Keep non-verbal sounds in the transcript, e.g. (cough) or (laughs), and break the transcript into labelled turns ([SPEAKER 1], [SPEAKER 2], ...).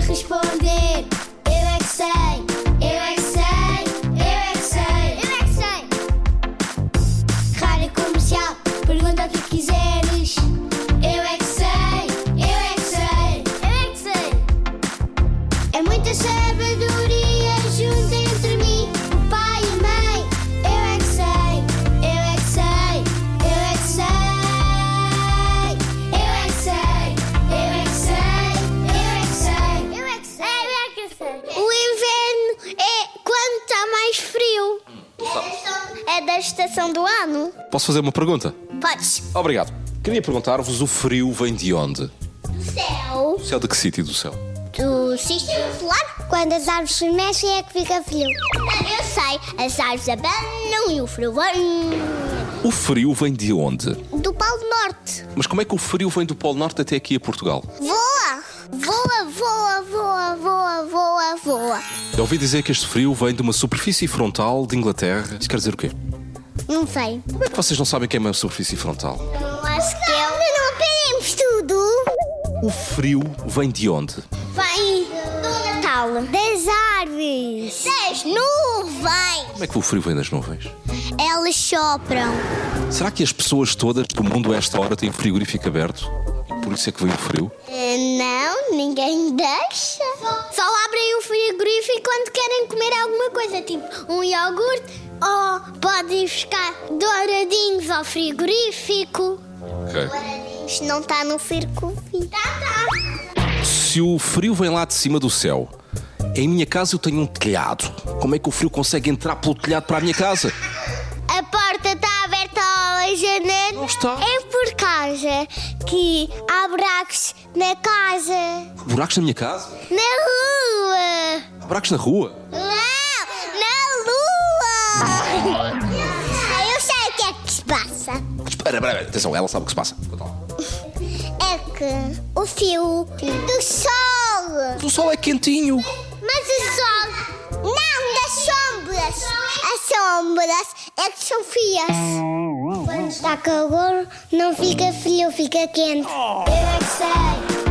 [SPEAKER 1] responder. Eu é que sei, eu é que sei, eu é que sei, eu é que sei. Rádio comercial, pergunta o que quiseres. Eu é que sei, eu é que sei, eu é que sei. É muita sabedoria junta entre mim, o pai e a mãe. Eu é que sei, eu é que sei, eu é que sei. Eu é que sei, eu é que sei, eu é que sei. Eu é que sei, eu é que sei. O inverno é quando está mais frio. É da estação do ano?
[SPEAKER 2] Posso fazer uma pergunta?
[SPEAKER 1] Podes.
[SPEAKER 2] Obrigado. Queria perguntar-vos: o frio vem de onde?
[SPEAKER 1] Céu.
[SPEAKER 2] O céu de que sítio do céu?
[SPEAKER 1] do sistema solar? Quando as árvores se mexem é que fica frio. Eu sei, as árvores abanam e o frio vem
[SPEAKER 2] O frio vem de onde?
[SPEAKER 1] do Polo Norte.
[SPEAKER 2] Mas como é que o frio vem do Polo Norte até aqui a Portugal?
[SPEAKER 1] Voa! Voa, voa, voa, voa, voa, voa.
[SPEAKER 2] Eu ouvi dizer que este frio vem de uma superfície frontal de Inglaterra. Isso quer dizer o quê?
[SPEAKER 1] Não sei.
[SPEAKER 2] Como é que vocês não sabem o que é uma superfície frontal?
[SPEAKER 1] Não acho que é eu... não aprendemos tudo.
[SPEAKER 2] O frio vem de onde?
[SPEAKER 1] Vem do Natal. Das árvores. Das nuvens.
[SPEAKER 2] Como é que o frio vem das nuvens?
[SPEAKER 1] Elas sopram.
[SPEAKER 2] Será que as pessoas todas do mundo a esta hora têm frigorífico aberto? E por isso é que vem o frio?
[SPEAKER 1] Eh, Não, ninguém deixa. Só abrem o frigorífico quando querem comer alguma coisa, tipo um iogurte, ou podem buscar douradinhos ao frigorífico. É.
[SPEAKER 2] Ok.
[SPEAKER 1] Douradinhos não está no frigorífico. Tá, tá.
[SPEAKER 2] Se o frio vem lá de cima do céu, em minha casa eu tenho um telhado. Como é que o frio consegue entrar pelo telhado para a minha casa?
[SPEAKER 1] A porta está aberta ao janela.
[SPEAKER 2] Não está.
[SPEAKER 1] É por causa que há buracos na casa,
[SPEAKER 2] Buracos na minha casa?
[SPEAKER 1] na rua.
[SPEAKER 2] Há buracos na rua?
[SPEAKER 1] Não, na lua! (laughs) Eu sei o que é que se passa.
[SPEAKER 2] Espera, espera, espera. atenção, ela sabe o que se passa. Conta lá.
[SPEAKER 1] É que o fio do sol.
[SPEAKER 2] O sol é quentinho.
[SPEAKER 1] Mas o sol. Não, das sombras. As sombras é que são frias. Quando está calor, não fica frio, fica quente. Eu é que é sei. é